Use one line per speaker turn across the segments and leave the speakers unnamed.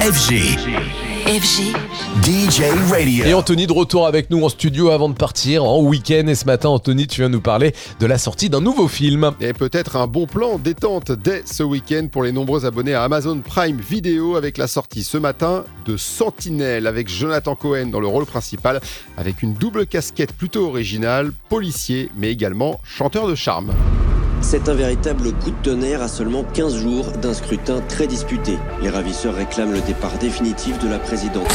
FG.
FG.
DJ
Et
Radio.
Anthony de retour avec nous en studio avant de partir en week-end. Et ce matin, Anthony, tu viens nous parler de la sortie d'un nouveau film.
Et peut-être un bon plan détente dès ce week-end pour les nombreux abonnés à Amazon Prime Video avec la sortie ce matin de Sentinelle avec Jonathan Cohen dans le rôle principal avec une double casquette plutôt originale, policier mais également chanteur de charme.
C'est un véritable coup de tonnerre à seulement 15 jours d'un scrutin très disputé. Les ravisseurs réclament le départ définitif de la présidente.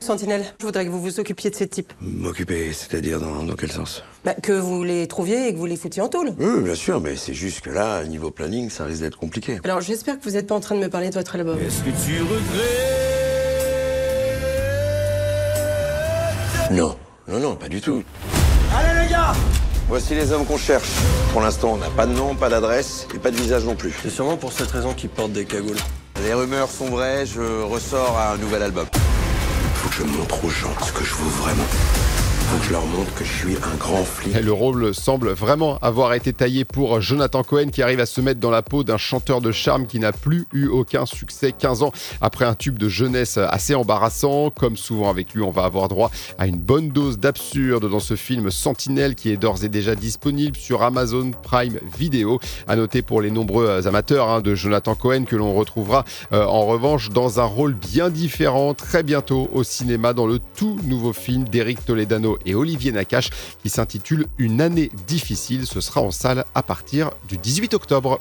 Sentinelle, je voudrais que vous vous occupiez de ces types.
M'occuper, c'est-à-dire dans, dans quel sens
Bah, que vous les trouviez et que vous les foutiez en tôle.
Oui, bien sûr, mais c'est juste que là, niveau planning, ça risque d'être compliqué.
Alors j'espère que vous n'êtes pas en train de me parler de votre album.
Non, non, non, pas du tout. Allez les gars Voici les hommes qu'on cherche. Pour l'instant, on n'a pas de nom, pas d'adresse et pas de visage non plus.
C'est sûrement pour cette raison qu'ils portent des cagoules.
Les rumeurs sont vraies, je ressors à un nouvel album. Faut que je montre aux gens ce que je veux vraiment. Faut que je leur montre que je suis un grand flic.
Et le rôle semble vraiment avoir été taillé pour Jonathan Cohen qui arrive à se mettre dans la peau d'un chanteur de charme qui n'a plus eu aucun succès 15 ans après un tube de jeunesse assez embarrassant. Comme souvent avec lui, on va avoir droit à une bonne dose d'absurde dans ce film Sentinelle qui est d'ores et déjà disponible sur Amazon Prime Video. À noter pour les nombreux amateurs hein, de Jonathan Cohen que l'on retrouvera euh, en revanche dans un rôle bien différent très bientôt au cinéma dans le tout nouveau film d'Eric Toledano et Olivier Nakache qui s'intitule Une année difficile. Ce sera en salle à partir du 18 octobre.